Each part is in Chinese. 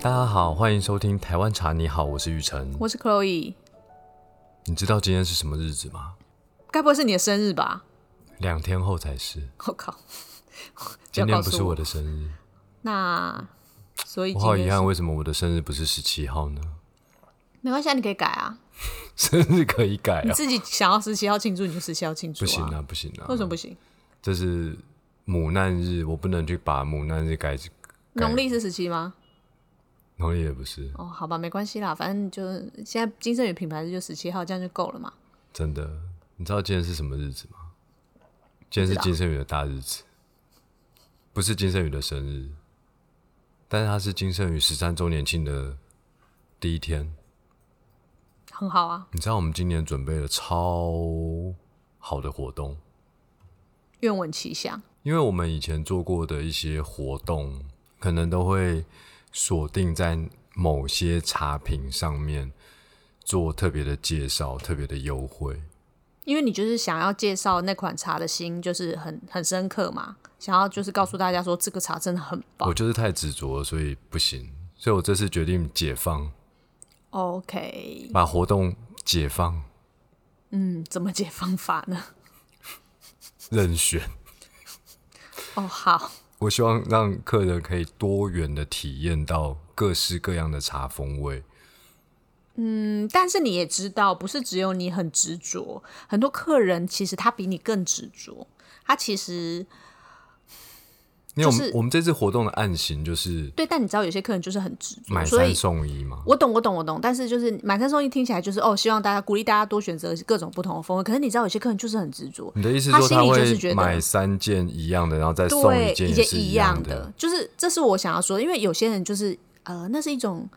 大家好，欢迎收听《台湾茶》，你好，我是玉成。我是 Chloe，你知道今天是什么日子吗？该不会是你的生日吧？ 两天后才是，我、靠，今不要天告不诉是我我的生日。那所以我今好天遗是憾，为什么我的生日不是十七号呢？ 没关系，啊，你可以改啊，生日可以改你啊，自己想要十七号庆祝你就十七号庆祝不行啊，啊，不行啊，为什么不行？这是母难日，我不能去把母难日改。改农历是十七吗？农历也不是，哦，好吧，没关系啦，反正就是现在金圣宇品牌日就十七号，这样就够了嘛。真的。你知道今天是什么日子吗？今天是不知道金圣宇的大日子，不是金圣宇的生日，但是他是金圣宇十三周年庆的第一天。很好啊，你知道我们今年准备了超好的活动，愿闻其详。因为我们以前做过的一些活动，可能都会锁定在某些茶品上面做特别的介绍、特别的优惠。因为你就是想要介绍那款茶的心，就是很很深刻嘛，想要就是告诉大家说这个茶真的很棒我。就是太执着了，所以不行。所以我这次决定解放， OK，把活动解放嗯，怎么解方法呢？任选。 哦，好，我希望让客人可以多元的体验到各式各样的茶风味。嗯，但是你也知道，不是只有你很执着，很多客人其实他比你更执着。他其实因为我们、就是我们这次活动的案型就是对，但你知道有些客人就是很执着，买所三以送一嘛，我懂，我懂，我懂。但是就是买三送一听起来就是哦，希望大家鼓励大家多选择各种不同的风味。可是你知道有些客人就是很执着，你的意思说他心里就是会觉得买三件一样的，然后再送对，件一也件是一样的，就是这是我想要说的，因为有些人就是呃，那是一种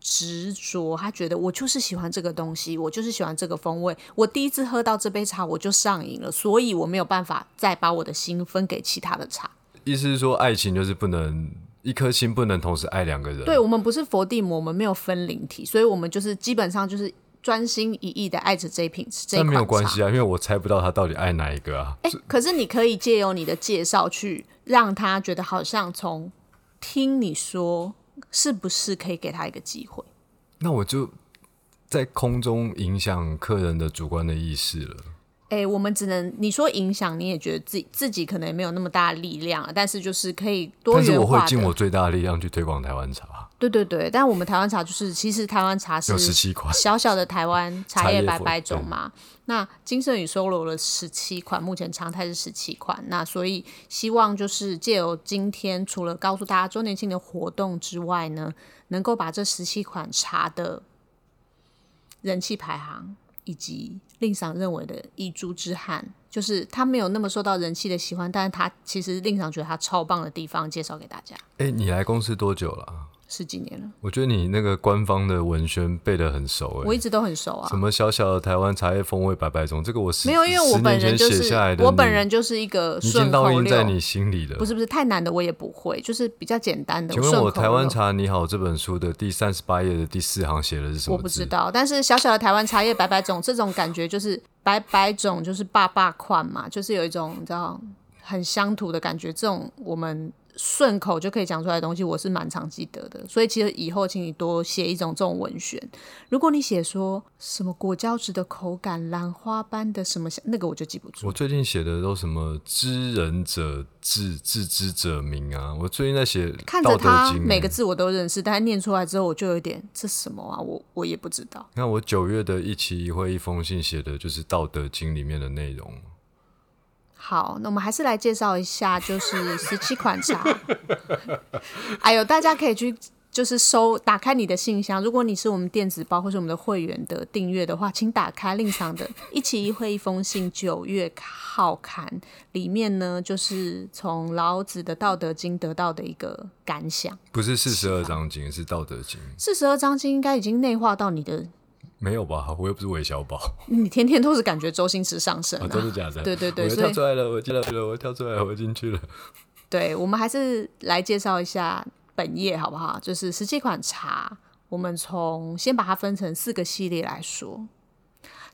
执着，他觉得我就是喜欢这个东西，我就是喜欢这个风味，我第一次喝到这杯茶我就上瘾了，所以我没有办法再把我的心分给其他的茶。意思是说，爱情就是不能一颗心不能同时爱两个人。对，我们不是佛地魔，我们没有分灵体，所以我们就是基本上就是专心一意的爱着这一瓶这一但款没茶。有关系啊，因为我猜不到他到底爱哪一个啊。哎、可是你可以借由你的介绍去让他觉得好像从听你说，是不是可以给他一个机会？那我就在空中影响客人的主观的意识了。哎、我们只能你说影响，你也觉得自己自己可能没有那么大的力量啊，但是就是可以多但是元我会化尽的。我最大的力量去推广台湾茶，对对对，但我们台湾茶就是，其实台湾茶有是十七款。小小的 台湾茶茶叶叶百粉嗯百种嘛。那金圣宇收罗了十七款，目前常态是十七款。那所以希望就是借由今天，除了告诉大家周年庆的活动之外呢，能够把这十七款茶的人气排行以及令赏认为的一株之憾，就是他没有那么受到人气的喜欢，但是他其实令赏觉得他超棒的地方，介绍给大家。哎、你来公司多久了啊？十几年了，我觉得你那个官方的文宣背得很熟哎、我一直都很熟啊什。么小小的台湾茶叶风味百百种，这个我十没有，因为我十本年前人就写是下来的我你本人就是一个已经顺口烙印在溜，你心里了不。是不是太难的我也不会，就是比较简单的。请问我顺口台湾溜茶你好这本书的第三十八页的第四行写的是什么我字？不知道，但是小小的台湾茶叶百百种，这种感觉就是百百种就是爸爸款嘛，就是有一种你知道很乡土的感觉。这种我们顺口就可以讲出来的东西，我是蛮常记得的。所以其实以后请你多写一种这种文选。如果你写说什么果胶质的口感、兰花般的什么香，那个我就记不住。我最近写的都什么知人者智，知之者明啊！我最近在写《看道着德他经》欸。每个字我都认识，但他念出来之后，我就有点这什么啊？我我也不知道。你看我九月的一期一会一封信写的就是《道德经》里面的内容。好，那我们还是来介绍一 下，就是十七款茶。 哎呦，大家可以去就是收打开你的信箱，如果你是我们电子报或是我们的会员的订阅的话，请打开令场的“一期一会一封信”九月号刊，里面呢就是从老子的《道德经》得到的一个感想。不是四十二啊章经，是《道德经》。四十二章经应该已经内化到你的，没有吧？我又不是韦小宝、你天天都是感觉周星驰上身、啊啊， 真的假的？对对对我又所以跳出来了，我进来了，我跳出来了，我进去了。对，我们还是来介绍一下本业好不好？就是十七款茶，我们从先把它分成四个系列来说。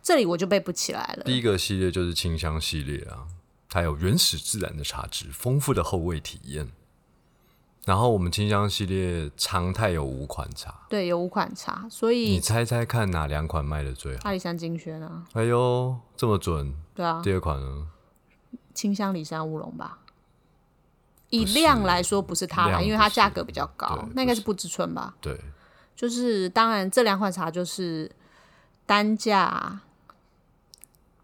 这里我就背不起来了。第一个系列就是清香系列啊，它有原始自然的茶质，丰富的后味体验。然后我们清香系列常态有五款茶，对，有五款茶，所你以猜猜看哪两款卖的最好？阿里山金萱啊，哎呦，这么准！对啊，第二款呢？清香里山乌龙吧。不以是量来说不是它啦，量因为不它价是格比较对高不，那应该是不知春吧。对，就是当然这两款茶就是单价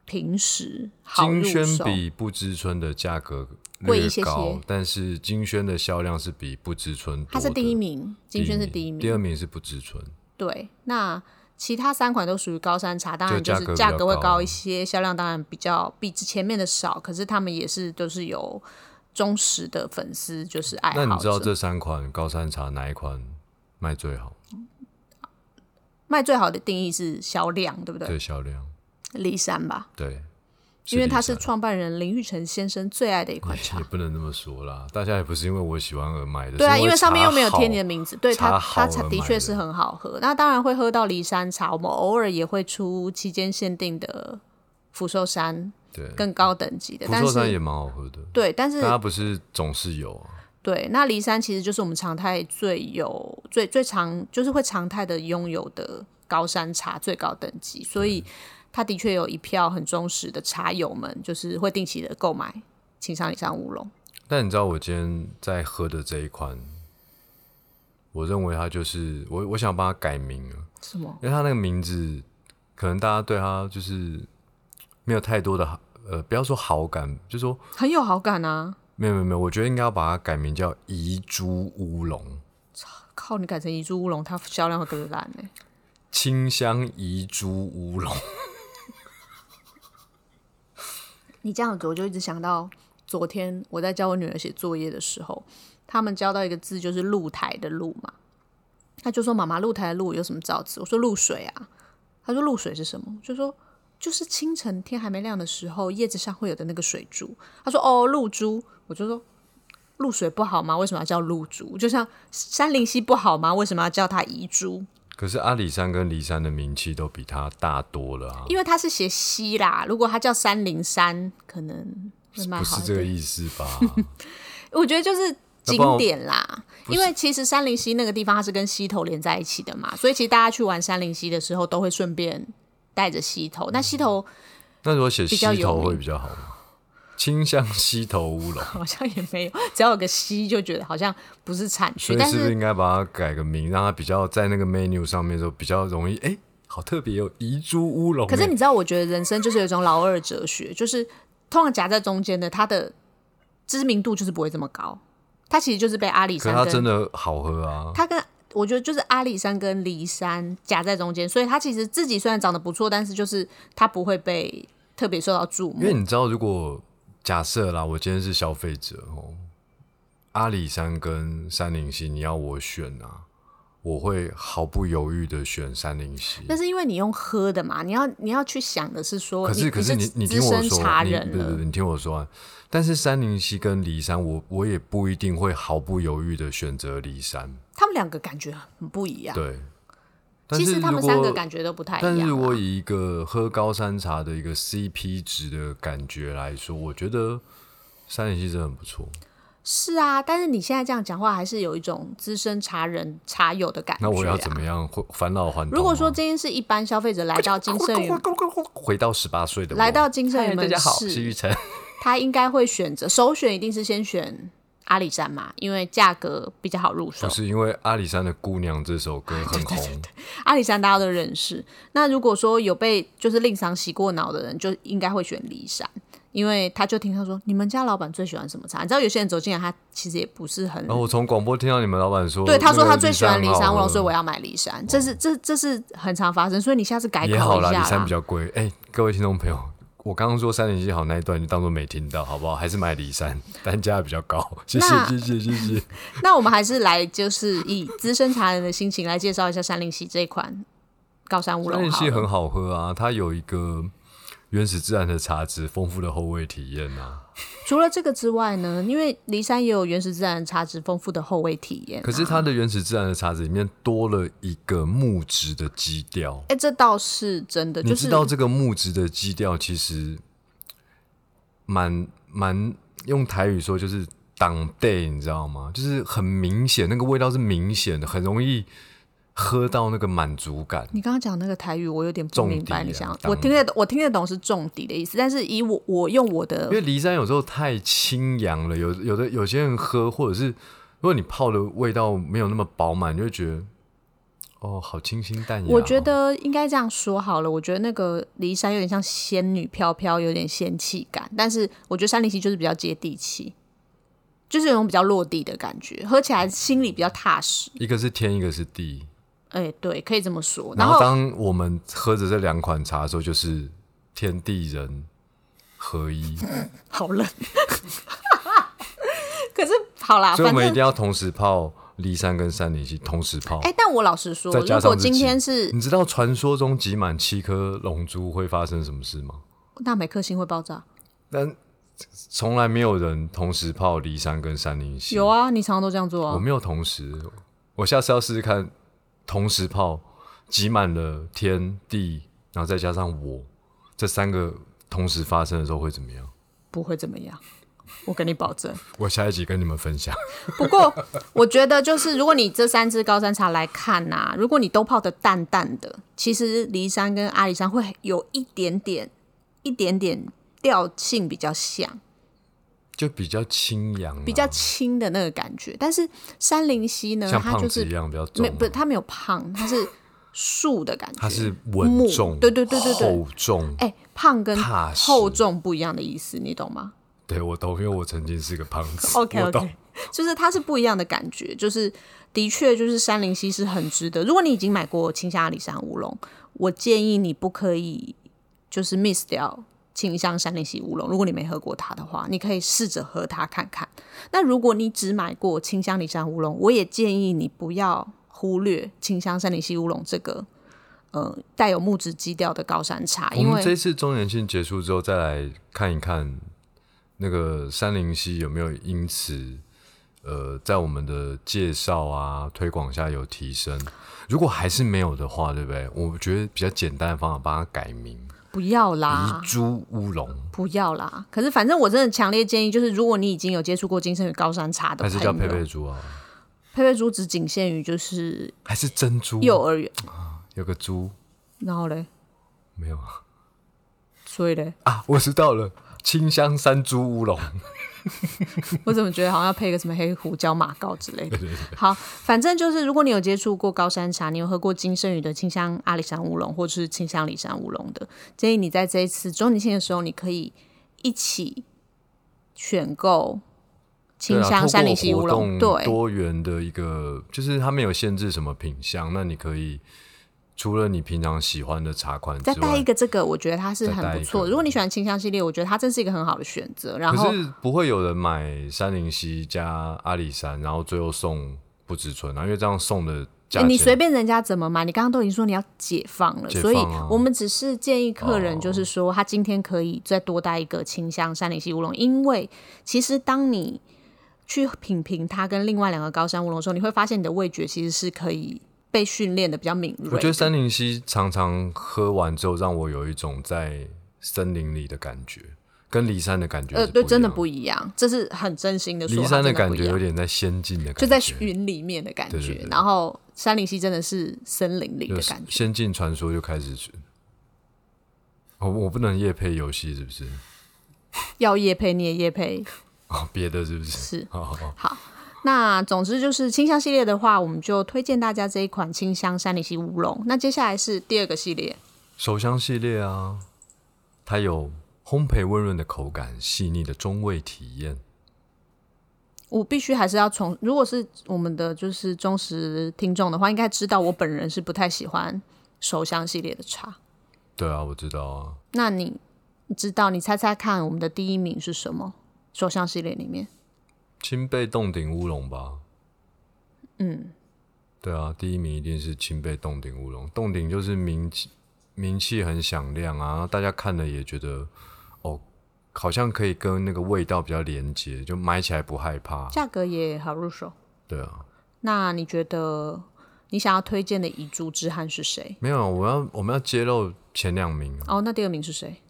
平时好金入萱手，比不知春的价格贵略一些高些，但是金萱的销量是比不知春多的。它是第一名，金萱是第一第二名。名是不知春。对，那其他三款都属于高山茶，当然就价就格是比较价格会高高一些，销量当然比较比之前面的少，可是他们也是都是有忠实的粉丝，就是爱那你好知道者。这三款高山茶哪一款卖最好？卖最好的定义是销量，对不对？对，销量骊山吧，对，因为它它是创办人林玉成先生最爱的一款茶 也。不能那么说啦，大家也不是因为我喜欢而买的，对啊，哎是因为上面又没有茶好贴你的名字，对它茶好它而茶买的的确是很好喝。那当然会喝到骊山茶，我们偶尔也会出期间限定的福寿山对，更高等级的，福但寿山是也蛮好喝的，对，但是但它不是总是有啊，对，那骊山其实就是我们常态最有最最常就是会常态的拥有的高山茶最高等级，所以它的确有一票很忠实的茶友们，就是会定期的购买青山里山乌龙。但你知道我今天在喝的这一款，我认为它就是我我想帮它改名了，什么？因为它那个名字可能大家对它就是没有太多的好呃，不要说好感，就说很有好感啊！没有没有没有，我觉得应该要把它改名叫遗珠乌龙，靠，你改成一株乌龙，它销量会更烂欸呢、清香遗珠乌龙。你这样子，我就一直想到昨天我在教我女儿写作业的时候，他们教到一个字就是露台的露嘛，她就说妈妈露台的露有什么造词？我说露水啊，她说露水是什么？我就说就是清晨天还没亮的时候，叶子上会有的那个水珠。她说哦，露珠，我就说。露水不好吗？为什么要叫露珠？就像山林溪不好吗？为什么要叫它遗珠？可是阿里山跟骊山的名气都比它大多了啊，因为它是写溪啦。如果它叫山林山，可能会卖不好是一这点个。意思 吧？我觉得就是那不然景我点啦，因为其实山林溪那个地方它是跟溪头连在一起的嘛，所以其实大家去玩山林溪的时候都会顺便带着溪头。那溪嗯头那如果写较溪有头会名比较好吗？清香溪头乌 龙， 好像也没有，只要有个溪就觉得好像不是产所，区以但是不是是应该把它改个名，让它比较在那个 menu 上面的时候比较容易？哎、好特别哦，遗珠乌龙欸。可是你知道，我觉得人生就是有一种老二哲学，就是通常夹在中间的，它的知名度就是不会这么高，它其实就是被阿里可山是它跟真的好喝啊！他跟我觉得就是阿里山跟骊山夹在中间，所以他其实自己虽然长得不错，但是就是他不会被特别受到注因为目。你知道，如果假设啦，我今天是消费者哦，阿里山跟山林溪，你要我选啊，我会毫不犹豫的选山林溪。那是因为你用喝的嘛，你要你要去想的是说，可是可是你你你听资我深说，茶你人对对了，对，你听我说完。但是山林溪跟骊山，我我也不一定会毫不犹豫的选择骊山。他们两个感觉很不一样。对，但啊其是实他们如三果个感觉都不太一样但啊。是如果以一个喝高山茶的一个 CP 值的感觉来说，我觉得山林溪真的很不错。是啊，但是你现在这样讲话，还是有一种资深茶人茶友的感觉、那啊。我要怎么啊样会返老还童吗？如果说今天是一般消费者来到金盛宇，回到十八岁的我啊来到金盛宇嗨哎大门家好，我是市玉， 成。他应该会选择首选，一定是先选阿里山嘛，因为价格比较好入手不。是因为阿里山的姑娘这首哎歌很红，阿里山大家都认识。那如果说有被就是令赏洗过脑的人，就应该会选骊山，因为他就听他说你们家老板最喜欢什么茶？你知道有些人走进来，他其实也不是很。然后我从广播听到你们老板说，对，他说哦那个哦他最喜欢骊很山好乌龙，喝所以我要买骊山。这是这这是很常发生，所以你下次改口也好一啦，下骊山比较贵。哎、各位听众朋友，我刚刚说三零七好那一段，你当做没听到好不好？还是买骊山，单价比较高。谢谢那谢谢谢 谢。那我们还是来就是以资深茶人的心情来介绍一下山林溪这一款高山乌三龙零好七了。很好喝啊，它有一个原始自然的茶质，丰富的后味体验啊。除了这个之外呢，因为骊山也有原始自然茶质丰富的后味体验、可是，它的原始自然的茶质里面多了一个木质的基调。哎、这倒是真的，你就是知道这个木质的基调其实蛮蛮用台语说就是挡 day，你知道吗？就是很明显，那个味道是明显的，很容易喝到那个满足感。你刚刚讲那个台语，我有点不重明白。底你啊想，当我听得我听得懂是重底的意思，但是以我我用我的因为梨山有时候太清扬了，有有的有些人喝，或者是如果你泡的味道没有那么饱满，你就会觉得哦，好清新淡雅哦、我觉得应该这样说好了。我觉得那个骊山有点像仙女飘飘，有点仙气感，但是我觉得山林溪就是比较接地气，就是有种比较落地的感觉，喝起来心里比较踏实。一个是天，一个是地。哎、对，可以这么说。然后然后当我们喝着这两款茶的时候，就是天地人合一，好冷， 可是好啦，所以我啊反们一正定要同时泡骊山跟山林溪，同时泡。哎、但我老实说，再加如上果自今己天是你知道传说中挤满七颗龙珠会发生什么事吗？那每颗星会爆炸，但从来没有人同时泡骊山跟山林溪。有啊，你常常都这样做我啊。没有同时，我下次要试试看，同时泡挤满了天地，然后再加上我这三个同时发生的时候会怎么样？不会怎么样，我跟你保证。 我下一集跟你们分享。不过，我觉得就是如果你这三支高山茶来看呐、如果你都泡的淡淡的，其实骊山跟阿里山会有一点点、一点点调性比较像，就比较清扬啊、比较轻的那个感觉。但是山林溪呢，像它胖就子是一样比较重没啊、不，它没有胖，它是素的感觉，它是木稳重，对对对对对。厚重。哎、胖跟踏实厚重不一样的意思，你懂吗？对我懂，因为我曾经是个胖子。 OK 我懂 OK，就是它是不一样的感觉，就是的确就是山林溪是很值得。如果你已经买过清香阿里山乌龙，我建议你不可以就是 miss 掉清香山林溪乌龙。如果你没喝过它的话，你可以试着喝它看看。那如果你只买过清香里山乌龙，我也建议你不要忽略清香山林溪乌龙这个呃带有木质基调的高山茶，我因们为这次周年庆结束之后，再来看一看那个山林溪有没有因此，呃，在我们的介绍啊推广下有提升。如果还是没有的话，对不对？我觉得比较简单的方法，把它改名不要啦，遗珠乌龙，不要啦！可是反正我真的强烈建议，就是如果你已经有接触过金圣宇高山茶的还朋友，是叫佩佩猪啊，佩佩猪只仅限于就是还是珍珠？幼儿园，有个猪然后嘞，没有啊？所以嘞，啊，我知道了，清香山猪乌 龙。我怎么觉得好像要配个什么黑胡椒马膏 之类的？好，反正就是如果你有接触过高山茶，你有喝过金圣宇的清香阿里山乌龙，或者是清香里山乌龙的，建议你在这一次周年庆的时候，你可以一起选购对清啊，透香过山林溪乌活龙，动对，多元的一个，就是它没有限制什么品相，那你可以除了你平常喜欢的茶款再之带一外，个这个，我觉得它是很再带一不个错的。如果你喜欢清香系列，我觉得它真是一个很好的选择。然后可是不会有人买山林溪加阿里山，然后最后送不止醇啊，因为这样送的价诶你随钱便人家怎么买，你刚刚都已经说你要解放了，解所以放啊我们只是建议客人，哦就是说他今天可以再多带一个清香山林溪乌龙，因为其实当你去品评它跟另外两个高山乌龙的时候，你会发现你的味觉其实是可以被训练的比较敏锐的。我觉得山林溪常常喝完之后，让我有一种在森林里的感觉，跟骊山的感觉呃，是对，真的不不一样，这是很真心的一说。样。骊它山的真感不一觉样有点在仙境的感觉，就在云里面的感觉，对对对然后山林溪真的是森林里的有感觉。仙境传说就开始去。哦，我不能夜配游戏是不是？要夜配你也夜配，哦，别的是不哦是？是好好好，好。那总之就是清香系列的话，我们就推荐大家这一款清香山里溪乌龙。那接下来是第二个系列，手香系列啊，它有烘焙温润的口感，细腻的中味体验。我必须还是要从，如果是我们的就是忠实听众的话，应该知道我本人是不太喜欢手香系列的茶。对啊，我知道啊。那你你知道，你猜猜看，我们的第一名是什么？手香系列里面，青贝洞顶乌龙吧。嗯，嗯对啊，第一名一定是青贝洞顶乌龙。洞顶就是名气名气很响亮啊，大家看了也觉得哦，好像可以跟那个味道比较连接，就买起来不害怕。价格也好入手。对啊，那你觉得你想要推荐的遗珠之汉是谁？没有，啊我要我们要揭露前两名啊，哦，那第二名是谁？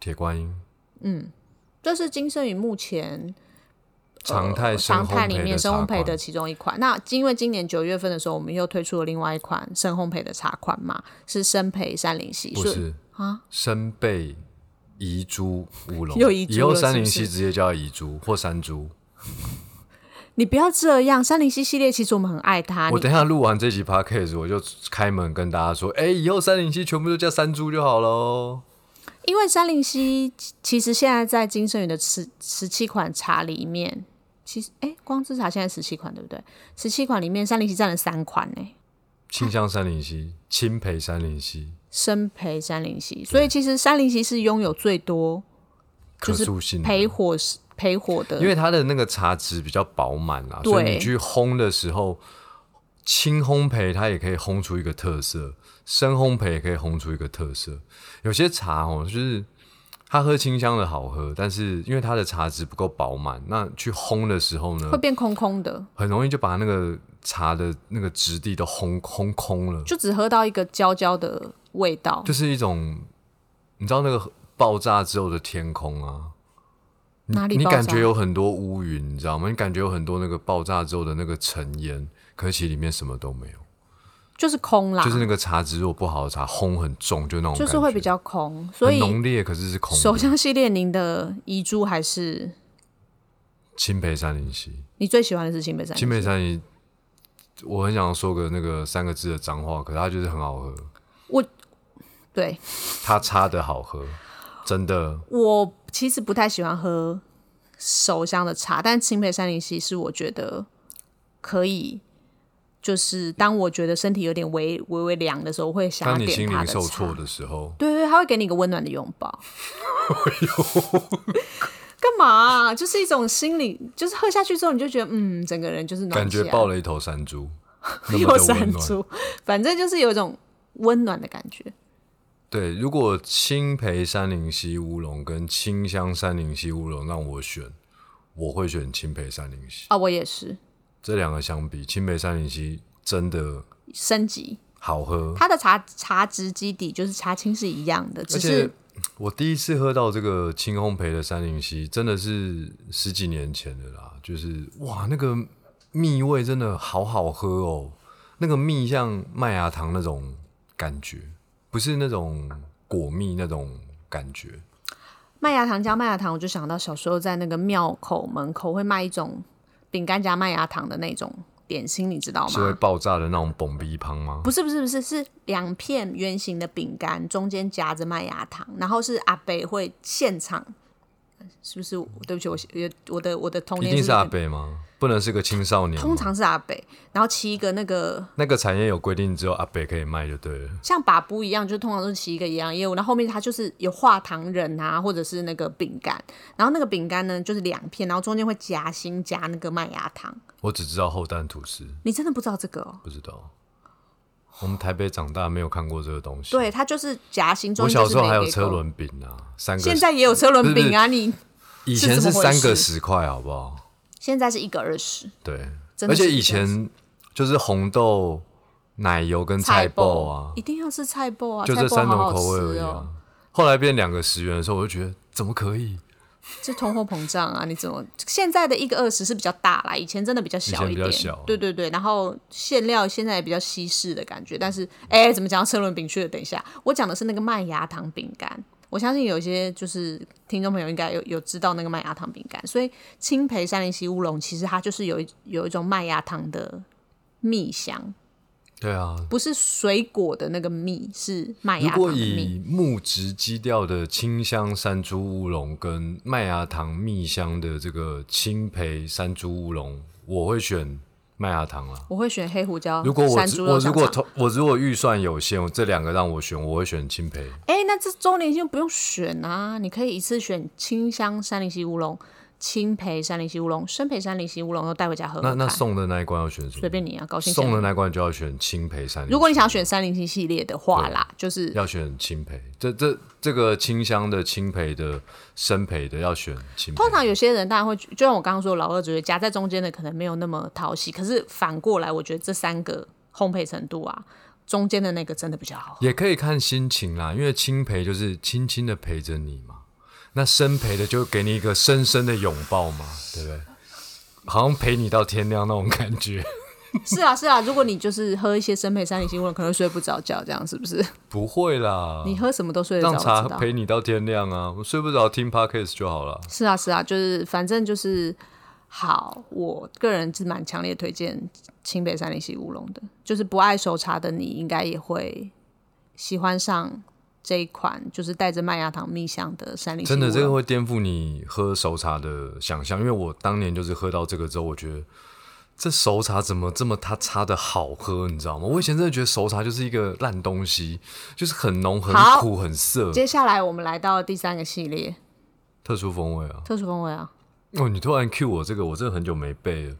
铁观音。这是金圣宇目前常态深常呃态里烘焙面的深茶烘焙款的其中一款。那因为今年九月份的时候，我们又推出了另外一款深烘焙的茶款嘛，是生焙三零七，不所以是啊，生贝遗珠乌龙， 又遗珠以后了是不三零七是直接叫遗珠或山珠。你不要这样。三零七系列其实我们很爱它，我啊你等一下录完这集 podcast，我就开门跟大家说，哎、以后三零七全部都叫山猪就好喽。因为三零七其实现在在金圣宇的十十七款茶里面，其实哎、光之茶现在十七款对不对？十七款里面三零七占了三款呢、清香三零七，青培三零七，生培三零七，所以其实三零七是拥有最多可是塑性的焙火是焙火的，嗯因为它的那个茶质比较饱满啦，所以对你去烘的时候，轻烘焙它也可以烘出一个特色，深烘焙也可以烘出一个特色。有些茶哦，就是它喝清香的好喝，但是因为它的茶质不够饱满，那去烘的时候呢会，变空空的，很容易就把那个茶的那个质地都烘烘空了，就只喝到一个焦焦的味道。就是一种你知道那个爆炸之后的天空啊，哪里你爆炸感觉有很多乌云，你知道吗？你感觉有很多那个爆炸之后的那个尘烟，可是其实里面什么都没有，就是空啦，就是那个茶质如果不好的茶，烘很重，就那种啊就是感会觉比较空，所很以浓烈，可是是空首的。相系列您的遗珠还是青培三零七，你最喜欢的是新北山青培三零七，我很想说个那个三个字的脏话，可是它就是很好喝，对它擦的好喝，真的。我其实不太喜欢喝手香的茶，但青焙三零七是我觉得可以，就是当我觉得身体有点微微微凉的时候，我会想要当你心点它灵的受茶。挫的时候，对对，他会给你一个温暖的拥抱。 干嘛啊、就是一种心理，就是喝下去之后，你就觉得嗯，整个人就是暖感起觉来爆了一头山 猪，那么又的温闪暖。出，反正就是有一种温暖的感觉。对，如果青培三零七乌龙跟清香三零七乌龙让我选，我会选青培三零七。啊，我也是这两个相比，青培三零七真的升级，好喝，它的茶茶质基底就是茶青是一样的，只而且是我第一次喝到这个轻烘焙的三零七，真的是十几年前的啦。就是哇，那个蜜味真的好好喝哦，那个蜜像麦芽糖那种感觉，不是那种果蜜那种感觉。麦芽糖加麦芽糖，我就想到小时候在那个庙口门口会卖一种饼干加麦芽糖的那种点心，你知道是会吗？爆炸的那种蹦逼胖吗？不是不是不是，是两片圆形的饼干，中间夹着麦芽糖，然后是阿北会现场，是不是？对不起，我我的我的童一年定是阿不北吗？不能是个青少年吗。通常是阿北，然后骑一个那个那个产业有规定，只有阿北可以卖就对了。像把布一样，就通常都是骑一个一样业务，然后后面它就是有画糖人啊，或者是那个饼干，然后那个饼干呢就是两片，然后中间会夹心夹那个麦芽糖。我只知道厚蛋吐司，你真的不知道这个哦？不知道。我们台北长大没有看过这个东西。对，它就是夹心，中我间就小是时候还有美给车狗，轮饼啊，三个。现在也有车轮饼啊，你以前是是怎么回三事个十块，好不好？现在是一个二十，对，真而的是且以前就是红豆、奶油跟菜包啊，一定要是菜包啊，就这菜包三种好好口味而已吃啊。哦，后来变两个十元的时候，我就觉得怎么可以？这通货膨胀啊，你怎么现在的一个二十是比较大啦，以前真的比较小一以前点，比较小对对对，然后馅料现在也比较稀释的感觉，但是哎，怎么讲到车轮饼去了？等一下，我讲的是那个麦芽糖饼干。我相信有一些就是听众朋友应该有有知道那个麦芽糖饼干，所以青培三零七乌龙其实它就是有一有一种麦芽糖的蜜香，对啊，不是水果的那个蜜，是麦如芽糖果的蜜。以木质基调的清香山猪乌龙跟麦芽糖蜜香的这个青培山猪乌龙，我会选麦芽糖啦。我会选黑胡椒，如果我山只猪我肉如香果肠。投我如果预算有限，我这两个让我选，我会选青培。哎、那这周年庆不用选啊，你可以一次选清香山林溪乌龙、青培山林溪乌龙、生培山林溪乌龙，都带回家喝喝那看。那送的那一关要选什随么？便你啊，高兴送的起来那一关就要选青培山。如果你想选三零七系列的话啦，就是要选青培，这这这个清香的青培的生培的要选青培通。常有些人当然会，就像我刚刚说，老二觉得夹在中间的可能没有那么讨喜，可是反过来，我觉得这三个烘焙程度啊，中间的那个真的比 较好喝。也可以看心情啦，因为轻陪就是轻轻的陪着你嘛，那深陪的就给你一个深深的拥抱嘛，对不对？好像陪你到天亮那种感觉。 是啊，是啊，如果你就是喝一些生培三零新，我可能睡不着觉，这样是不是？不会啦，你喝什么都睡得着，让我茶知道。陪你到天亮啊！我睡不着，听 podcast 就好了。是啊，是啊，就是反正就是好，我个人是蛮强烈推荐清北三零系乌龙的，就是不爱熟茶的你应该也会喜欢上这一款，就是带着麦芽糖蜜香的三零系真的，乌这个龙会颠覆你喝熟茶的想象，因为我当年就是喝到这个之后，我觉得这熟茶怎么这么它差的好喝，你知道吗？我以前真的觉得熟茶就是一个烂东西，就是很浓、很好苦、很涩，接下来我们来到第三个系列特殊风味啊！特殊风味啊，哦，你突然 cue 我这个，我真的很久没背了。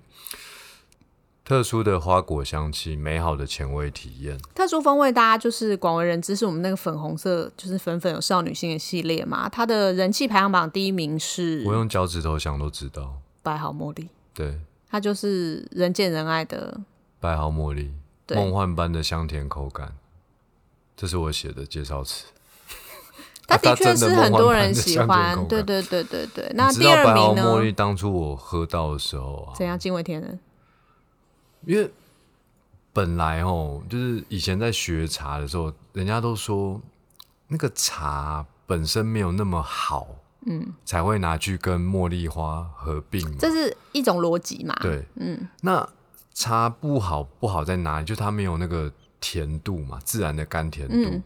特殊的花果香气，美好的前味体验。特殊风味，大家就是广为人知，是我们那个粉红色，就是粉粉有少女心的系列嘛。它的人气排行榜第一名是我用脚趾头想都知道，白毫茉莉，对，它就是人见人爱的。白毫茉莉，对梦幻般的香甜口感，这是我写的介绍词。它啊的它确真的是梦很幻多般人的喜香甜欢，口对感对对对对。那你知第道二白毫名茉莉呢？当初我喝到的时候啊，怎样惊为天人？因为本来哦，就是以前在学茶的时候，人家都说那个茶本身没有那么好，嗯，才会拿去跟茉莉花合并嘛。这是一种逻辑嘛？对，嗯，那茶不好不好在哪里？就它没有那个甜度嘛，自然的甘甜度。嗯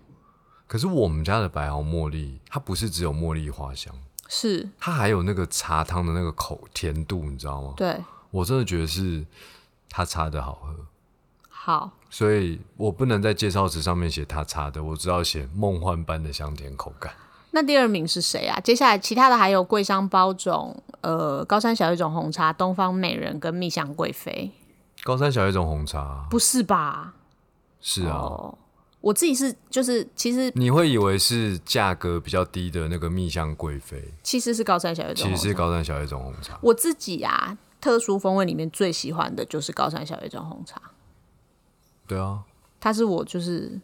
可是我们家的白毫茉莉，它不是只有茉莉花香，是，它还有那个茶汤的那个口甜度，你知道吗？对，我真的觉得是它擦的好喝，好，所以我不能在介绍词上面写它擦的，我只要写梦幻般的香甜口感。那第二名是谁啊？接下来其他的还有桂香包种、呃高山小玉种红茶、东方美人跟蜜香贵妃，高山小叶种红茶不是吧？是啊，哦，我自己是就是其实你会以为是价格比较低的那个蜜香贵妃，其实是高山小玉种其红实茶是高山小叶种红茶。我自己啊，特殊风味里面最喜欢的就是高山小叶种红茶，对啊，它是我就是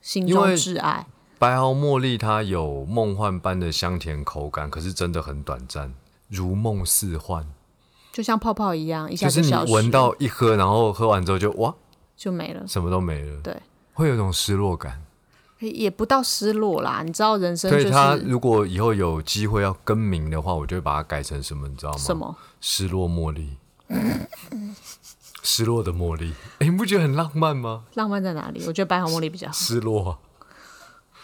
心因中为挚爱。白毫茉莉它有梦幻般的香甜口感，可是真的很短暂，如梦似幻，就像泡泡一样，一下就是你消失，闻到一喝，然后喝完之后就哇，就没了。什么都没了，对，会有一种失落感。也不到失落啦，你知道人生所就以它是如果以后有机会要更名的话，我就会把它改成什么，你知道吗？什？么？失落茉莉，失落的茉莉。哎、你不觉得很浪漫吗？浪漫在哪里？我觉得白毫茉莉比较好。失落、啊，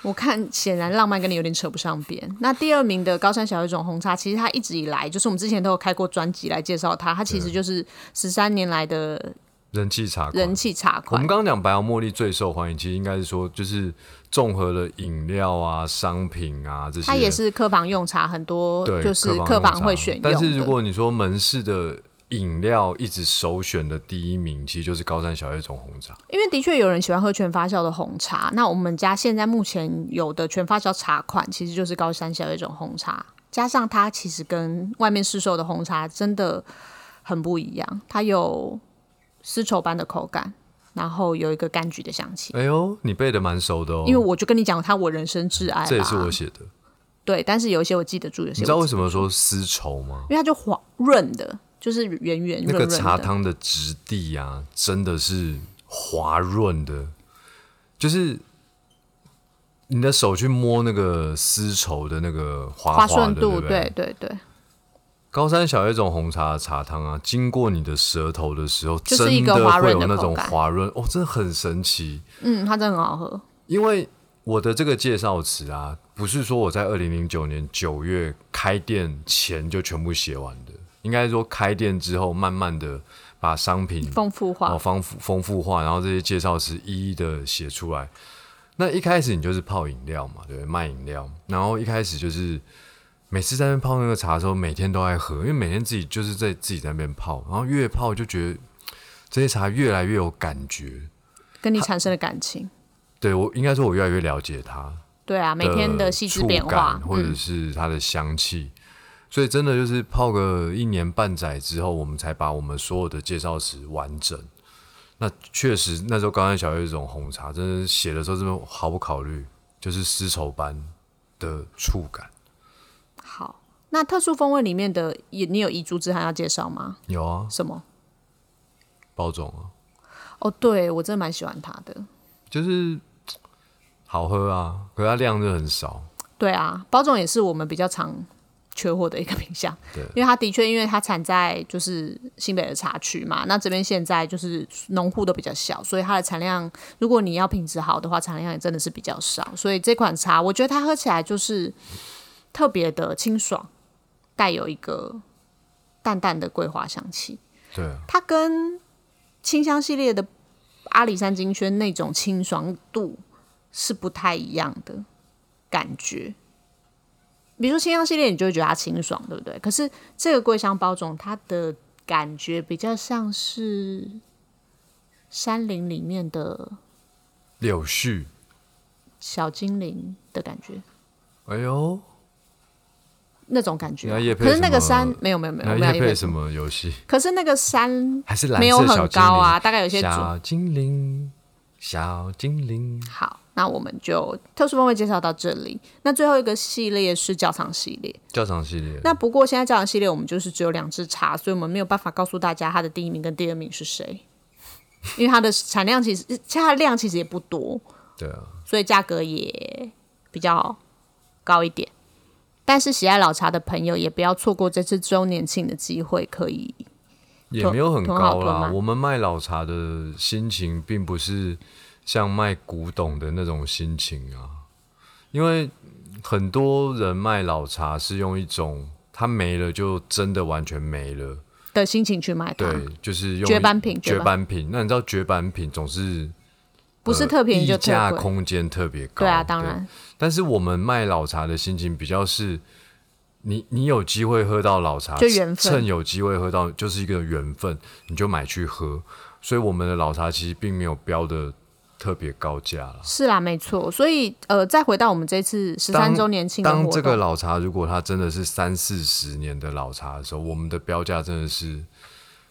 我看显然浪漫跟你有点扯不上边。那第二名的高山小语种红茶，其实它一直以来就是我们之前都有开过专辑来介绍它，它其实就是十三年来的人气茶馆人气茶我款们。刚刚讲白毫茉莉最受欢迎，其实应该是说，就是综合了饮料啊、商品啊这些，它也是客房用茶，很多对，就是客客房用房茶会选用的。但是如果你说门市的饮料一直首选的第一名，其实就是高山小叶种红茶。因为的确有人喜欢喝全发酵的红茶，那我们家现在目前有的全发酵茶款其实就是高山小叶种红茶，加上它其实跟外面市售的红茶真的很不一样，它有丝绸般的口感，然后有一个柑橘的香气。哎呦，你背的蛮熟的哦，因为我就跟你讲，它我人生挚爱啦这也是我写的。对，但是有一些我记得住，有些你知道我为记什么说丝绸吗？因为它就滑润的，就是圆圆润那润的。个茶汤的质地啊，真的是滑润的，就是你的手去摸那个丝绸的那个滑滑滑顺的，度，对不对对，高山小叶种红茶的茶汤啊，经过你的舌头的时候，就是一真个的滑会润有的那口种感滑润哦，真的很神奇。嗯，它真的很好喝。因为我的这个介绍词啊，不是说我在二零零九年九月开店前就全部写完的，应该说开店之后，慢慢的把商品丰富化哦，丰富丰富化，然后这些介绍词一一的写出来。那一开始你就是泡饮料嘛，对不对，卖饮料，然后一开始就是每次在那边泡那个茶的时候，每天都爱喝，因为每天自己就是在自己在那边泡，然后越泡就觉得这些茶越来越有感觉。跟你产生了感情。对我应该说，我越来越了解它，对啊，每天的细致触变化嗯感，或者是它的香气。所以真的就是泡个一年半载之后，我们才把我们所有的介绍词完整。那确实，那时候刚才小叶这种红茶，真的写的时候真的毫不考虑，就是丝绸般的触感。嗯好，那特殊风味里面的，也你有遗珠之憾要介绍吗？有啊，什么？包种啊，哦，对我真的蛮喜欢它的。就是好喝啊，可是它量就很少。对啊，包种也是我们比较常缺货的一个 品项，因为它的确，因为它产在就是新北的茶区嘛，那这边现在就是农户都比较小，所以它的产量，如果你要品质好的话，产量也真的是比较少，所以这款茶我觉得它喝起来就是特别的清爽，带有一个淡淡的桂花香气，对啊，它跟清香系列的阿里山金萱那种清爽度是不太一样的感觉。比如说清香系列，你就会觉得它清爽，对不对？可是这个桂香包种，它的感觉比较像是山林里面的柳絮，小精灵的感觉，哎呦，那种感觉你要业。配可是那个什么山没有没有没有那没有叶业配配什么游戏？可是那个山还是蓝没有色很小精高啊，灵？大概有些主小精灵，小精灵，好，那我们就特殊风味介绍到这里。那最后一个系列是窖藏系列。教场系列。那不过现在窖藏系列我们就是只有两支茶，所以我们没有办法告诉大家它的第一名跟第二名是谁，因为它的产量其实它的量其实也不多，对啊，所以价格也比较高一点。但是喜爱老茶的朋友也不要错过这次周年庆的机会，可以也囤没有很囤好高囤啦。满我们卖老茶的心情，并不是像卖古董的那种心情啊，因为很多人卖老茶是用一种它没了就真的完全没了。的心情去买它，对，就是用绝版品绝绝版版品。那你知道绝版品总是不是特便宜呃就溢特价贵。空间特别高。对啊，当然，但是我们卖老茶的心情比较是，你你有机会喝到老茶，就缘分趁有机会喝到就是一个缘分，你就买去喝。所以我们的老茶其实并没有标的特别高价了。是啦，没错。所以呃，再回到我们这次十三当周年庆的活当动，这个老茶如果它真的是三四十年的老茶的时候，我们的标价真的是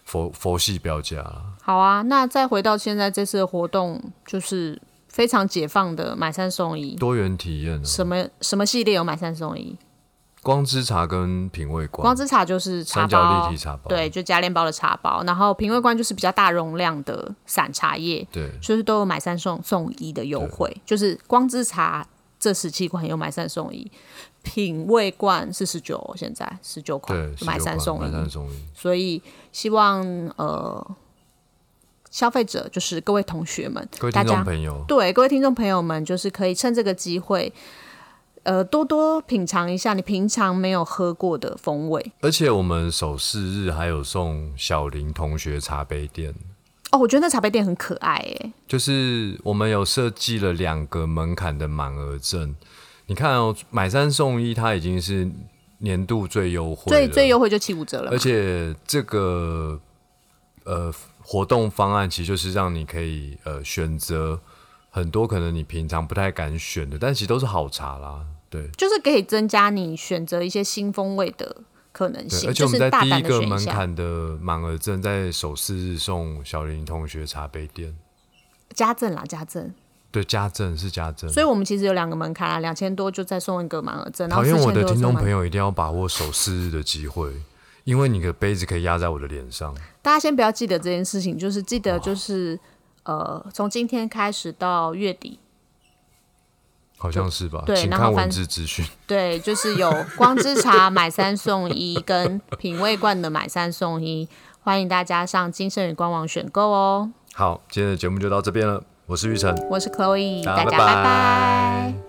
佛佛系标价了。好啊，那再回到现在这次的活动，就是非常解放的买三送一。多元体验、啊，什么什么系列有买三送一？光之茶跟品味观，光之茶就是茶三角包，立体茶包，对，就加链包的茶包。然后品味观就是比较大容量的散茶叶，对就是都有买三送送一的优惠。就是光之茶这十七款有买三送一，品味罐是十九，现在十九款对，买16三款送买一。三送一，所以希望呃消费者就是各位同学们，各位大听家众朋友，对各位听众朋友们，就是可以趁这个机会，呃，多多品尝一下你平常没有喝过的风味。而且我们首饰日还有送小林同学茶杯垫，哦，我觉得那茶杯店很可爱诶，就是我们有设计了两个门槛的满额赠，你看哦，买三送一，它已经是年度最优惠，最最，优惠就七五折了嘛而。且这个呃活动方案其实就是让你可以呃选择很多可能你平常不太敢选的，但其实都是好茶啦，对。就是可以增加你选择一些新风味的可能对，性，而且就我们是在大第一胆的个选门项，槛的满额赠，在首次日送小林同学茶杯店，加赠啦，加赠。对，加赠是加赠。所以我们其实有两个门槛啦，两千多就再送一个满额赠，然讨后四厌我千的多听送众满朋友一定要把握首次日的机会，因为你的杯子可以压在我的脸上。大家先不要记得这件事情，就是记哦得就是呃，从今天开始到月底，好像是吧？对请然后看反文字资讯。对，就是有光之茶买三送一跟品味罐的买三送一，欢迎大家上金盛宇官网选购哦。好，今天的节目就到这边了，我是玉成，我是 Chloe，大拜家拜拜拜